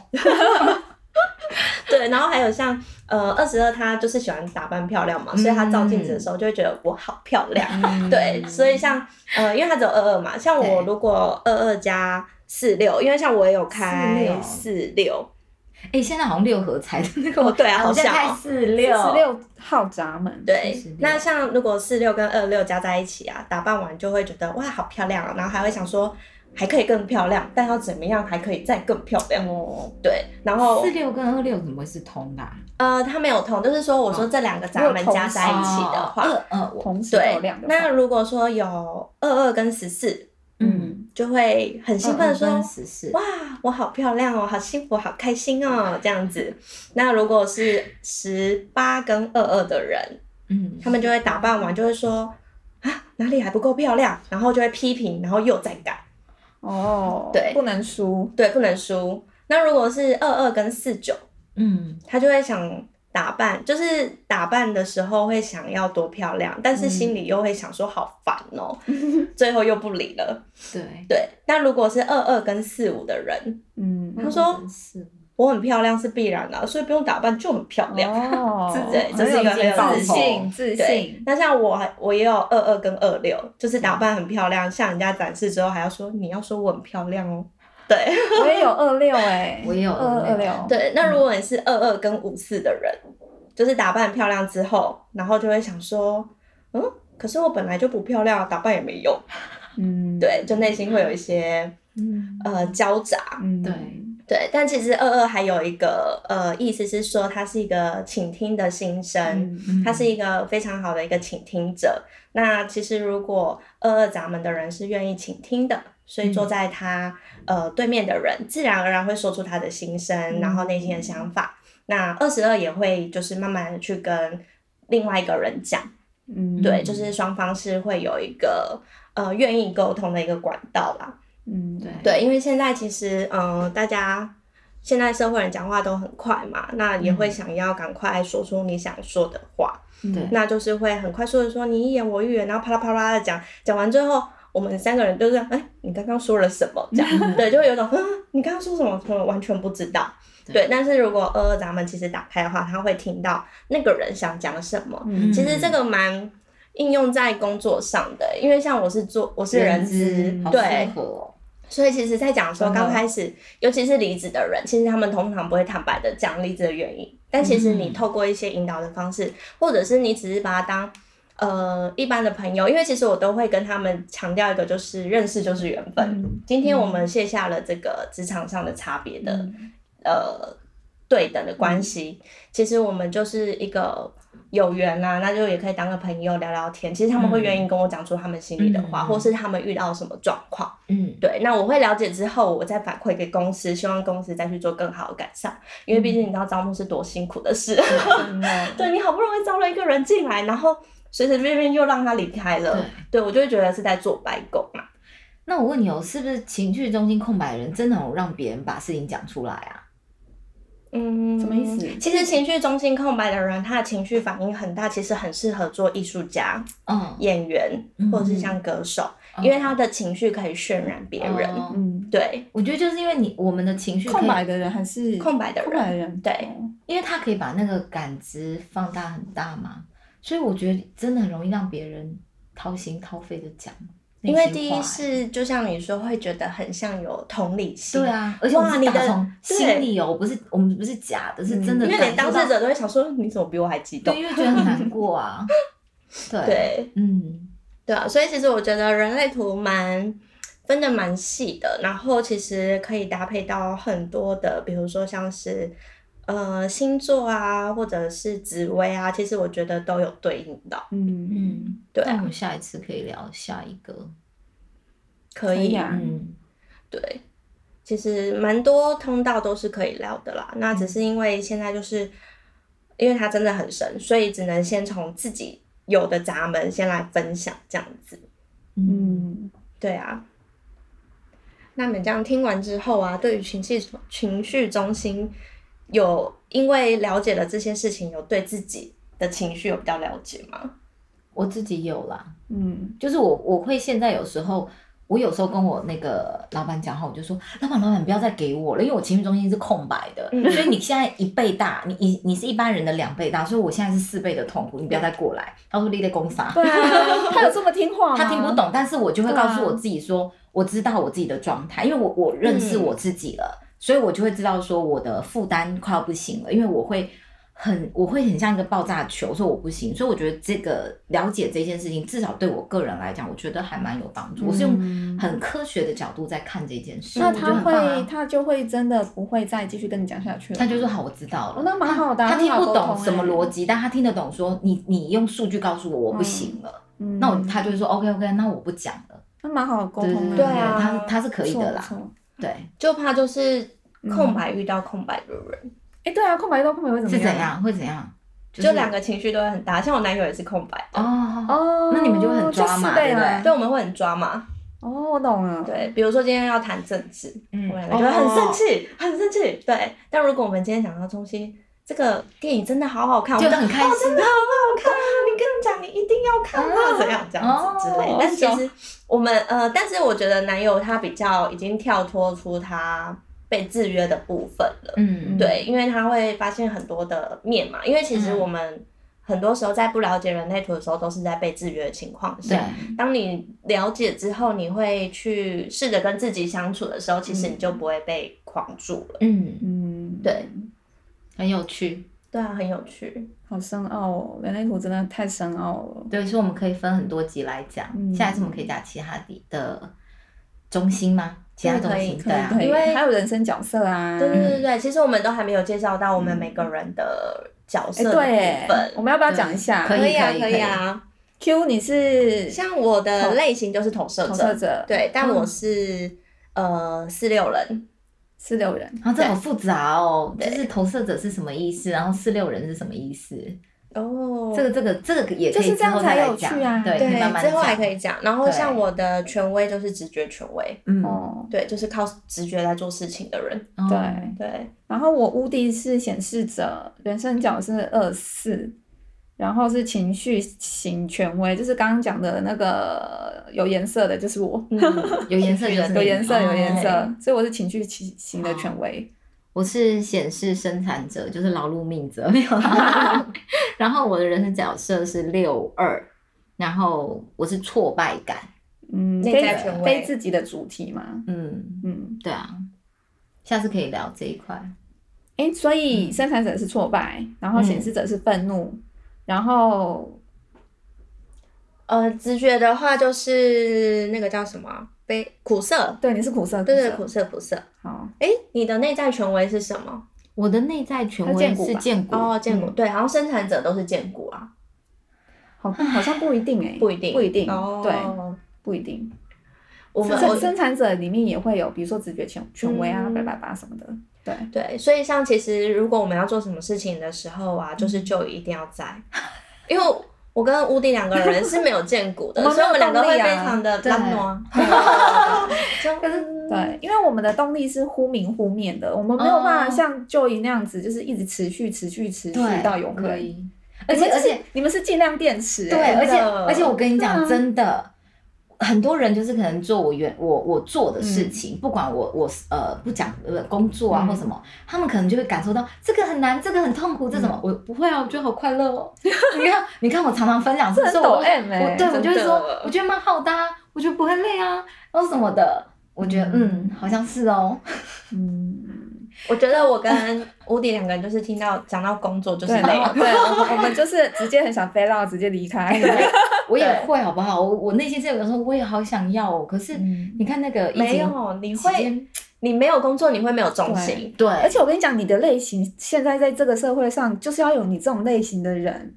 C: 对，然后还有像呃二十二，他就是喜欢打扮漂亮嘛，所以他照镜子的时候就会觉得我好漂亮。对，所以像呃，因为他只有二二嘛，像我
A: 对
C: 如果呃二二加四六，因为像我也有开
A: 46
C: 四六，
A: 哎，现在好像六合彩的那个，
C: 哦对啊，好
A: 像
C: 像
A: 才
C: 哦
A: 四六，
B: 十六号闸门，
C: 对
A: 46，
C: 那像如果四六跟二六加在一起啊，打扮完就会觉得哇好漂亮、哦，然后还会想说还可以更漂亮，但要怎么样还可以再更漂亮？
B: 哦，
C: 对，然后
A: 四六跟二六怎么会是通的啊？
C: 呃，它没有同，就是说我说这两个闸门加在一起的话，
A: 哦二二我
B: 嗯同时啊有
C: 对
B: 两，个
C: 那
B: 话，
C: 如果说有二二跟十四，
A: 嗯，
B: 嗯，
C: 就会很兴奋地说。
A: 十四
C: 哇，，我好漂亮哦，好幸福，好开心哦，这样子。那如果是十八跟二二的人，
A: 嗯，
C: 他们就会打扮完就会说啊哪里还不够漂亮，然后就会批评，然后又再改，
B: 哦，
C: 对
B: 不能输，
C: 对，不能输。那如果是二二跟四九，
A: 嗯
C: 他就会想打扮，就是打扮的时候会想要多漂亮，但是心里又会想说好烦哦， 最后又不理了。
A: 对，
C: 对，那如果是二二跟四五的人，
B: 嗯，
C: 他说
A: 是
C: 我很漂亮是必然的、啊所以不用打扮就很漂亮。
B: 哦，
C: 对这是一个很有
B: 自
C: 自
B: 信，
C: 信
B: 自
C: 对，，那像我还我也有二二跟二六，就是打扮很漂亮，向人家展示之后还要说你要说我很漂亮哦。对
B: 我也有二六哎，
A: 我也有
B: 二二六，
A: 26，
C: 对，那如果你是二二跟五四的人，就是打扮很漂亮之后，然后就会想说，嗯，可是我本来就不漂亮，啊打扮也没用。
B: 嗯，
C: 对，就内心会有一些
A: 嗯
C: 呃交杂。
B: 嗯，
A: 对
C: 对，但其实二二还有一个呃意思是说，它是一个倾听的心声。
B: 嗯，
A: 嗯
C: 他是一个非常好的一个倾听者。那其实如果二二闸门的人是愿意倾听的，所
B: 嗯
C: 以坐在他、呃对面的人，自然而然会说出他的心声，
B: 嗯
C: 然后内心的想法。那二十二也会就是慢慢的去跟另外一个人讲，
B: 嗯，
C: 对，就是双方是会有一个呃愿意沟通的一个管道啦。
B: 嗯，
A: 对
C: 对，因为现在其实嗯、呃大家现在社会人讲话都很快嘛，那也会想要赶快说出你想说的话。
B: 嗯
A: 对
C: 那就是会很快速的说你一言我一语，然后啪啦啪啦的讲，讲完之后，我们三个人就是哎、你刚刚说了什么？这 样，对，就会有种嗯，你刚刚说什么？我完全不知道。
A: 对
C: 对，但是如果二二咱们其实打开的话，他会听到那个人想讲什么。
B: 嗯
C: 其实这个蛮应用在工作上的，因为像我是做我是人资
B: 人，
A: 好
C: 对
A: 适，合哦，
C: 所以其实，在讲说
A: 嗯
B: 真的
C: 刚开始，尤其是离职的人，其实他们通常不会坦白的讲离职的原因。但其实你
A: 嗯
C: 透过一些引导的方式，或者是你只是把他当呃一般的朋友，因为其实我都会跟他们强调一个，就是认识就是缘分。
B: 嗯
C: 今天我们卸下了这个职场上的差别
A: 嗯
C: 的、呃对等的关系，其实我们就是一个有缘呐、那就也可以当个朋友聊聊天。其实他们会
A: 嗯
C: 愿意跟我讲出他们心里的话，
A: 嗯
C: 或是他们遇到什么状况。
A: 嗯，
C: 对，那我会了解之后，我再反馈给公司，希望公司再去做更好的改善。因为毕竟你知道招募是多辛苦的事，
B: 真的，
C: 对你好不容易招了一个人进来，然后随随便便又让他离开了，对我就会觉得是在做白工啊嘛。
A: 那我问你哦，是不是情绪中心空白的人真的有让别人把事情讲出来啊？
C: 嗯，
B: 什么意思
C: 其实情绪中心空白的人，他的情绪反应很大，其实很适合做艺术家、
A: 嗯，
C: 演员或
B: 嗯
C: 者是像歌手，因为他的情绪可以渲染别人。
A: 哦
B: 嗯，
C: 对，
A: 我觉得就是因为你我们的情绪可以
B: 空白，的人还是
C: 空白的人
B: 空白的人，
C: 对
B: 哦
A: 因为他可以把那个感知放大很大嘛，所以我觉得真的很容易让别人掏心掏肺的讲内心
C: 因
A: 话。欸
C: 为第一是就像你说，会觉得很像有同理心。
A: 对啊，而且我
C: 哇
A: 们是
C: 你的嗯
A: 打从心里哦，不是我们不是假的，是真的
C: 因为
A: 感
C: 连
A: 受
C: 当
A: 到。
C: 事者都会想说，你怎么比我还激动
A: 对，？因为觉得很难过 啊。对，
C: 对
A: 嗯，
C: 对啊，所以其实我觉得人类图蛮分的蛮细的，然后其实可以搭配到很多的，比如说像是呃星座啊，或者是紫薇啊，其实我觉得都有对应到。
B: 嗯，
A: 嗯，
C: 对
A: 那我
C: 啊，
A: 们下一次可以聊下一个，
C: 可
B: 可以
C: 以
B: 啊
A: 嗯，
C: 对，其实蛮多通道都是可以聊的啦。
A: 嗯
C: 那只是因为现在就是，因为它真的很深，所以只能先从自己有的闸门先来分享这样子。
A: 嗯，
B: 嗯，
C: 对啊。那你们这样听完之后啊，对于情绪情绪中心有因为了解了这些事情，有对自己的情绪有比较了解吗？
A: 我自己有啦，
B: 嗯，
A: 就是我我会现在有时候。我有时候跟我那个老板讲话，我就说：“老板，老板，不要再给我了，因为我情绪中心是空白的，
C: 嗯
A: 所以你现在一倍大，你你你是一般人的两倍大，所以我现在是四倍的痛苦，你不要再过来。”他说：“你在攻杀。”
B: 对啊，他有这么听话吗？
A: 他听不，懂，但是我就会
B: 对啊
A: 告诉我自己说，我知道我自己的状态，因为我我认识
B: 嗯
A: 我自己了，所以我就会知道说我的负担快要不行了，因为我会很我会很像一个爆炸球，说我不行，所以我觉得这个了解这件事情，至少对我个人来讲，我觉得还蛮有帮助。我是用很科学的角度在看这件事，
B: 嗯那
A: 我觉得
B: 他
A: 很棒
B: 会，
A: 啊。
B: 他就会真的不会再继续跟你讲下去了。
A: 他就说好，我知道了。
B: 哦那蛮好的啊
A: 他听不
B: 很好沟
A: 懂
B: 通
A: 什么
B: 欸
A: 逻辑，但他听得懂说你你用数据告诉我我不行了，
B: 嗯，
A: 那我他就会说 OK OK，那我不讲了。
B: 那蛮好的沟
A: 对
B: 通的，
C: 对啊
A: 他他是可
B: 不
A: 以
B: 错
A: 的
B: 不
A: 啦，
B: 错
A: 对，
C: 就怕就是
A: 嗯
C: 空白遇到空白的人，
B: 哎，对啊，空白遇到空白会怎么
A: 是怎？样会怎样？
C: 就两个情绪都会很大。像我男友也是空白的，
A: 哦，
B: 哦，
A: 那你们就会很抓
B: 就
A: 嘛
B: 是对
A: 对不
B: 啦
A: 对
C: 对，我们会很抓嘛。
B: 哦，我懂了，
C: 对，比如说今天要谈政治，
A: 嗯
C: 我们两个就会很生气，很生气。对，但如果我们今天讲到中心，这个电影真的好好看，
A: 就
C: 我们
A: 很开
C: 哦
A: 心
C: 真的好不好看？你跟你讲，你一定要看啊，怎样这样子之类
B: 哦
C: 的。但其实我们呃，但是我觉得男友他比较已经跳脱出他被制约的部分了。
A: 嗯，
C: 对，因为他会发现很多的面嘛，因为其实
A: 嗯
C: 我们很多时候在不了解人类图的时候，都是在被制约的情况下
A: 对，，
C: 当你了解之后，你会去试着跟自己相处的时候，其实你就不会被框住了。
A: 嗯，
B: 嗯，
C: 对，
A: 很有趣，
C: 对啊，很有趣。
B: 好深奥哦，人类图真的太深奥了。
A: 对，所以我们可以分很多集来讲，
B: 嗯
A: 下一次我们可以讲其他的的中心吗？其他中心
C: 可以
A: 对啊，
B: 对，
C: 因为
B: 还有人生角色啊，
C: 对对
B: 哎
C: 对对，其实我们都还没有介绍到我
A: 嗯
C: 们每个人的角色的
A: 哎
C: 部
B: 对
C: 分，。
B: 我们要不要讲一下？
A: 可以
C: 啊，
A: 可以
C: 可以啊。
B: Q，你是
C: 像我的类型就是投射
B: 投射
C: 者，
B: 者，，
C: 对，但我是呃四六人，
B: 四六人，
A: 然后啊这好复杂哦，就
C: 对
A: 是投射者是什么意思，然后四六人是什么意思？
C: 哦
A: 这个这个这个也可以
B: 就是这样
A: 之后再
B: 才
A: 来
B: 有趣
A: 讲
B: 啊
A: 对，可以慢慢
C: 对，之后还可
A: 以，
C: 以讲。然后
A: 对
C: 像我的权威就是直觉权威，
A: 嗯，
B: 哦，
C: 对，就是靠直觉来做事情的人，
A: 哦
B: 对，
C: 对。
B: 然后我乌迪是显示者，人生角是二四，然后是情绪型权威，就是刚刚讲的那个有颜色的，就是我，
C: 嗯
A: 有颜色就是你
B: 有颜色，
A: 哦
B: 有颜色
C: 对，
B: 所以我是情绪型型的权威。
A: 我是显示生产者，就是劳碌命者，没有啦。 然后我的人生角色是六二，然后我是挫败感，
B: 嗯，
C: 哦内
B: 可以
C: 在权威
B: 非自己的主题嘛，
A: 嗯，
B: 嗯，
A: 对啊，下次可以聊这一块。
B: 哎，所以
C: 嗯
B: 生产者是挫败，然后显示者是愤怒，然后
C: 呃，直觉的话就是那个叫什么啊悲苦涩，
B: 对你是苦涩，
C: 对对，
B: 涩
C: 苦涩苦涩。
B: 好，
C: 哎，你的内在权威是什么？
A: 我的内在权
B: 他
A: 威
B: 见骨
A: 是
B: 吧
A: 剑骨，
C: 哦，剑骨，
B: 嗯
C: 对，好像生产者都是剑骨啊，
B: 好，好像不一定哎，
C: 不一定，
B: 不一定，
C: 哦，
B: 对，，不一定。
C: 我们
B: 生
C: 我
B: 生产者里面也会有，比如说直觉权权威啊、
C: 嗯
B: 叭叭叭什么的。对，
C: 对，所以像其实如果我们要做什么事情的时候
B: 嗯
C: 啊，就是就一定要在，因为我跟乌迪两个人是没有见骨 的
B: 我，们没有
C: 所以我们两个会
B: 动力啊
C: 非常的啊
A: 对
C: 浪暖。 可是
B: 对，因为我们的动力是忽明忽灭的，我们没有办法
A: 哦
B: 像 Joy 那样子，就是一直持续、持续、持续
A: 嗯对，
B: 到永恒。
A: 以。而且
B: 你们
A: 而
B: 是
A: 且
B: 你们是尽量电池、
A: 对，
B: 欸，
A: 而且
C: 真的
A: 而且我跟你
B: 对啊
A: 讲，真的，很多人就是可能做我原我我做的事
C: 嗯
A: 情，不管我我呃不讲呃工作啊
B: 嗯
A: 或什么，他们可能就会感受到这个很难，这个很痛
C: 嗯
A: 苦，这什么、我不会啊，我觉得好快乐 哦。你看你看我常常分享，
B: 这很
A: 是我
B: 抖 M 哎、
A: 我对我
C: 真
A: 就会
C: 的
A: 说，我觉得蛮好的、啊，我觉得嗯 不会累啊，然后什么的。我觉得嗯，好像是哦，
B: 嗯，
C: 我觉得我跟吴迪两个人就是听到讲到工作就是
B: 对，
C: 累
B: 然，后对，我们我们就是直接很想飞到直接离开。
A: 我也会好不好？我我内心是有的时候我也好想要哦，可是
B: 嗯
A: 你看那个疫情
C: 没有，你
A: 期
C: 会
A: 间
C: 你没有工作，你会没有重心。
A: 对，
B: 而且我跟你讲，你的类型现在在这个社会上，就是要有你这种类型的人。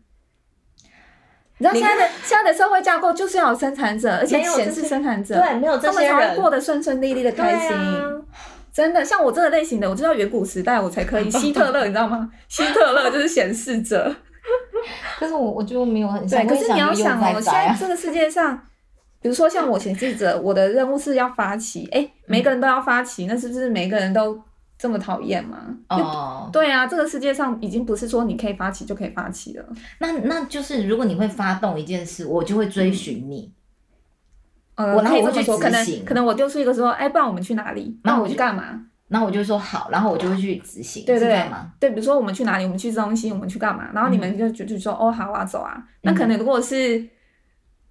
B: 你知道
C: 你
B: 现在
C: 看
B: 的现在的社会架构就是要有生产者，而且
C: 没有
B: 显
C: 这
B: 示
C: 些
B: 生产者，
C: 对没有这
B: 他们
C: 些
B: 才会
C: 人
B: 过得顺顺利利的开心。真的，像我这个类型的，我就要远古时代我才可以。希特勒，你知道吗？希特勒就是显示者。
A: 可是我我就没有很想
B: 对，，可
A: 我也
B: 是你要
A: 悠悠
B: 想
A: 哉
B: 哦，现
A: 哉
B: 在
A: 啊
B: 这个世界上，比如说像我写记者，我的任务是要发起，哎、每个人都要发起，那是不是每个人都这么讨厌吗？
A: 哦，
B: 对啊，这个世界上已经不是说你可以发起就可以发起了。
A: 那那就是如果你会发动一件事，我就会追寻你。
B: 呃，
A: 我然后
B: 可以
A: 我
B: 这
A: 会
B: 么
A: 去
B: 说，可
A: 执
B: 能
A: 行
B: 可能我丢出一个说，哎，不然我们去哪里？
A: 那
B: 那
A: 我
B: 我去
A: 就
B: 干嘛？
A: 然后我就说好，然后我就会去执行，
B: 对
A: 是嗯
B: 对
A: 这
B: 对
A: 样吗？
B: 对，比如说我们去哪里，我们去吃东西，我们去干嘛？然后你们就就就说，哦，好啊，走啊。那
A: 嗯
B: 可能如果是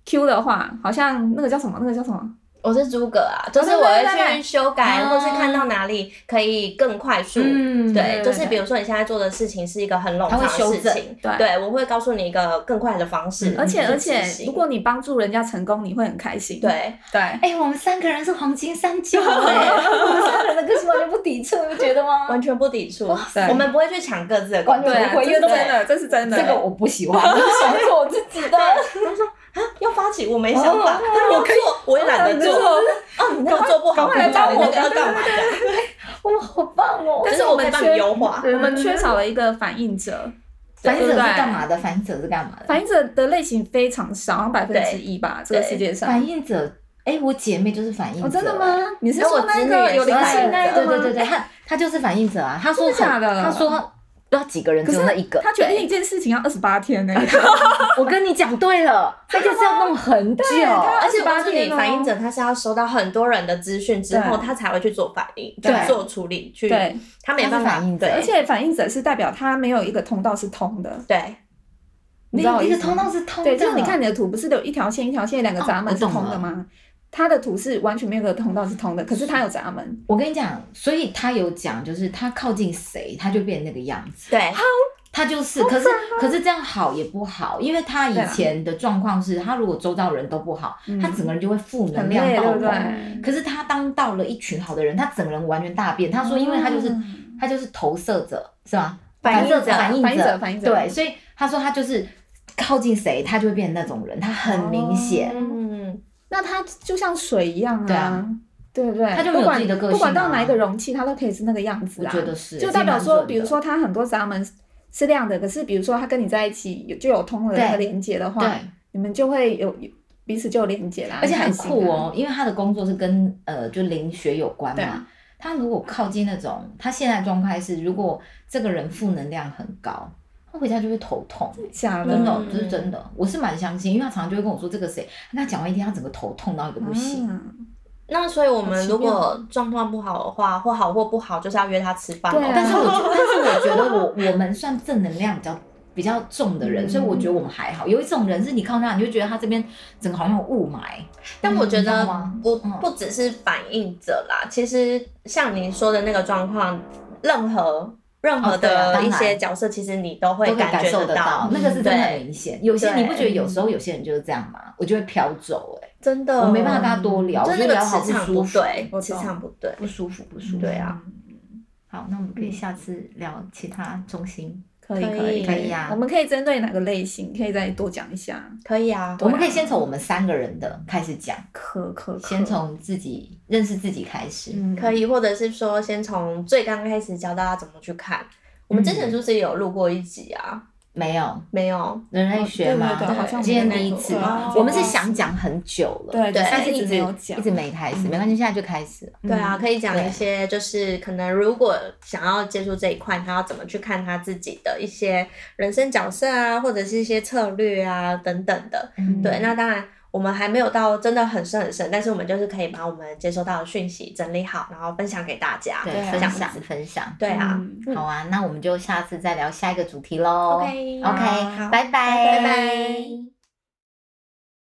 B: Q 的话，好像那个叫什么？那个叫什么？
C: 我是诸葛啊，就是
B: 哦对
C: 我
B: 对对
C: 会
B: 对哦
C: 去修改，
A: 啊
C: 或是看到哪里可以更快速。
B: 嗯
C: 对，就是比
B: 如。
C: 如说你现在做的事情是一个很冗
A: 它
C: 长
A: 会
C: 的
A: 修
C: 事
A: 正
C: 情，
B: 对
C: 对，我会告诉你一个更快的方式
A: 嗯。
B: 而且
C: 去
B: 而
C: 执
B: 且，
C: 行
B: 如果嗯你帮助人家成功，你会很开心。
C: 对，
B: 对，
A: 哎、我们三个人是黄金三角哎、我们三个人的个性完全不抵触，你不觉得吗？
C: 完全不抵触，
B: 对
C: 我们不会去抢各自的工
A: 完
C: 作。
A: 全
B: 对啊，
A: 我
B: 这
A: 回
B: 是
A: 应都没
B: 真的，这是真的。哎
A: 这个我不喜欢，我想做我自己的。
C: 要发起我没想
B: 哦
C: 法，但我做我也懒得
B: 嗯没
C: 做。
B: 错
C: 哦，你那个做不好，
B: 赶快来
C: 不知道
B: 找
C: 你
B: 我
C: 那个要干嘛？
A: 我们好棒哦！
B: 但
C: 但
B: 是
C: 是
B: 我
C: 我
B: 们嗯
C: 可以帮
B: 缺
C: 你优
A: 啊
C: 化。
B: 我们缺少了一个反应者，
A: 反应者
B: 对
A: 是
B: 不对
A: 干嘛的？反应者是干嘛的？
B: 反应者的类型非常少，好像百分之一吧，这个世界上。
A: 反应者，哎、我姐妹就是反应者、
B: 哦，真的？吗？你是说
C: 哎我
B: 那
C: 侄女也
B: 个
C: 是
B: 有灵性那
A: 啊对
B: 个吗？
A: 对对对，她她就是反应者啊！她说
B: 真的假的
A: 她说不知道几个人
B: 可
A: 只
B: 是
A: 有那一个。
B: 他决定
A: 对，
B: 一件事情要二十 八天呢、
A: 我跟你讲对了，这件事要弄很久。
B: 啊
C: 而且我告诉
B: 28
C: 你，
B: 天哦
C: 反应者他是要收到很多人的资讯之后，
B: 对
C: 他才会去做反应，去
B: 对
C: 做处理，去
B: 对，
C: 他没办
A: 他是反应
C: 法，
A: 者
C: 对，
B: 而且反应者是代表他没有一个通道是通的，
C: 对
B: 你
A: 你
B: 知道我
A: 你
B: 意
A: 的
B: 思吗
A: 通道是通的，
B: 对，就是你看你的图不是有一条线一条线两个闸门
A: 哦
B: 是
A: 我懂
B: 通的吗？他的图是完全没有一个通道是通的，可是他有闸门，
A: 我跟你讲，所以他有讲，就是他靠近谁，他就变那个样子。
C: 对
A: 他就是，可是可是这样好也不好，因为他以前的状况是，他如果周遭人都不好，
B: 啊嗯
A: 他整个人就会负能
B: 很
A: 量
B: 累，
A: 爆
B: 对不
A: 棚。
B: 对？
A: 可是他当到了一群好的人，他整个人完全大变。他说，因为他就是、
B: 嗯
A: 他就是投射者，是吧？
C: 反应者
A: 射反应
B: 反应者反应者
A: 对，所以他说他就是靠近谁，他就会变成那种人，他很明
B: 哦
A: 显。
C: 嗯，
B: 那它就像水一样
A: 对
B: 啊
A: 啊，
B: 对不对？
A: 它就没有
B: 不管
A: 自己的个性啊
B: 不管到哪一个容器，它都可以是那个样子
A: 我
B: 啊。
A: 觉得是，
B: 就代表
A: 这蛮准
B: 说，
A: 的
B: 比如说它很多闸门是亮的，可是比如说它跟你在一起有就有通了
A: 对
B: 那个连接的
A: 对
B: 话，，你们就会有有彼此就有连接啦，
A: 而且很
B: 开心啊
A: 酷。哦，因为他的工作是跟呃就灵学有关
B: 对啊
A: 嘛。他如果靠近那种，他现在状态是，如果这个人负能量很高，他回家就会头痛、
B: 假
A: 真
B: 的，
A: 的，哦
C: 嗯
A: 这是真的，我是蛮相信，因为他常常就会跟我说这个谁，他跟他讲完一天，他整个头痛到一个不行。
B: 嗯
C: 那所以我
B: 好奇
C: 们
B: 妙
C: 如果状况不好的话，或好或不好，就是要约他吃饭
B: 对
C: 哦
B: 啊。
A: 但是我觉，但是我觉得我我们算正能量比较比较重的人，所以我
C: 嗯
A: 觉得我们还好。有一种人是你靠他，你就觉得他这边整个好像有雾霾。
C: 但我觉
A: 你知道
C: 得
A: 吗
C: 不
A: 嗯
C: 不只是反应者啦，其实像你说的那个状况，任何任何
A: 哦对啊
C: 的
A: 当
C: 一
A: 然
C: 些角色，其实你都
A: 都
C: 会
A: 可以感
C: 觉
A: 受
C: 得嗯
A: 到，那个是真的欸很
C: 对，
A: 明显。有些
C: 对嗯
A: 你不觉得有时候有些人就是这样吗？我就会飘走、欸，
C: 真的
A: 我没办法跟他多聊，我
C: 嗯就
A: 觉
C: 是
A: 得
C: 那个
A: 聊好
C: 磁场
A: 舒
C: 不
A: 服，
C: 对
B: 我，
C: 磁
B: 懂
C: 场不对。
A: 不舒服，不舒服。
C: 对啊
A: 嗯，好，那我们可以下次聊其他中心，
B: 可以
C: 可以
B: 嗯可以
A: 可以啊
B: 我们可以针对哪个类型，可以再多讲一下。
C: 可以啊，
A: 我们可以先从我们三个人的开始讲，
B: 可可可，
A: 先从自己认识自己开始。
B: 嗯
C: 可以，或者是说先从最刚开始教大家怎么去看。我们之
A: 嗯
C: 前是不是也有录过一集啊？
A: 没有
C: 没有，
A: 人类
B: 哦
A: 学
B: 对
A: 吗？
B: 对对好像
A: 今天
B: 没
A: 第一
B: 有
A: 次
B: 哦，
A: 我们是想讲很久了，
B: 对
C: 对
A: 但
B: 但
A: 是一
B: 是一
A: 直
B: 直没有讲，
A: 一直没开始，没关系，现在就开始了。
B: 嗯
C: 对啊，可以讲一些，就是可能如果想要接触这一块，他要怎么去看他自己的一些人生角色啊，或者是一些策略啊等等的。
B: 嗯
C: 对，那当然我们还没有到真的很深很深，但是我们就是可以把我们接收到的讯息整理好，然后分享给大家。
A: 对
B: 对啊
C: 这
A: 分
C: 样
A: 享
C: 子。
A: 分享，
C: 对啊，
B: 嗯
A: 好啊，那我们就下次再聊下一个主题喽。
C: OK
A: OK，
C: 好
A: 拜拜
C: 拜拜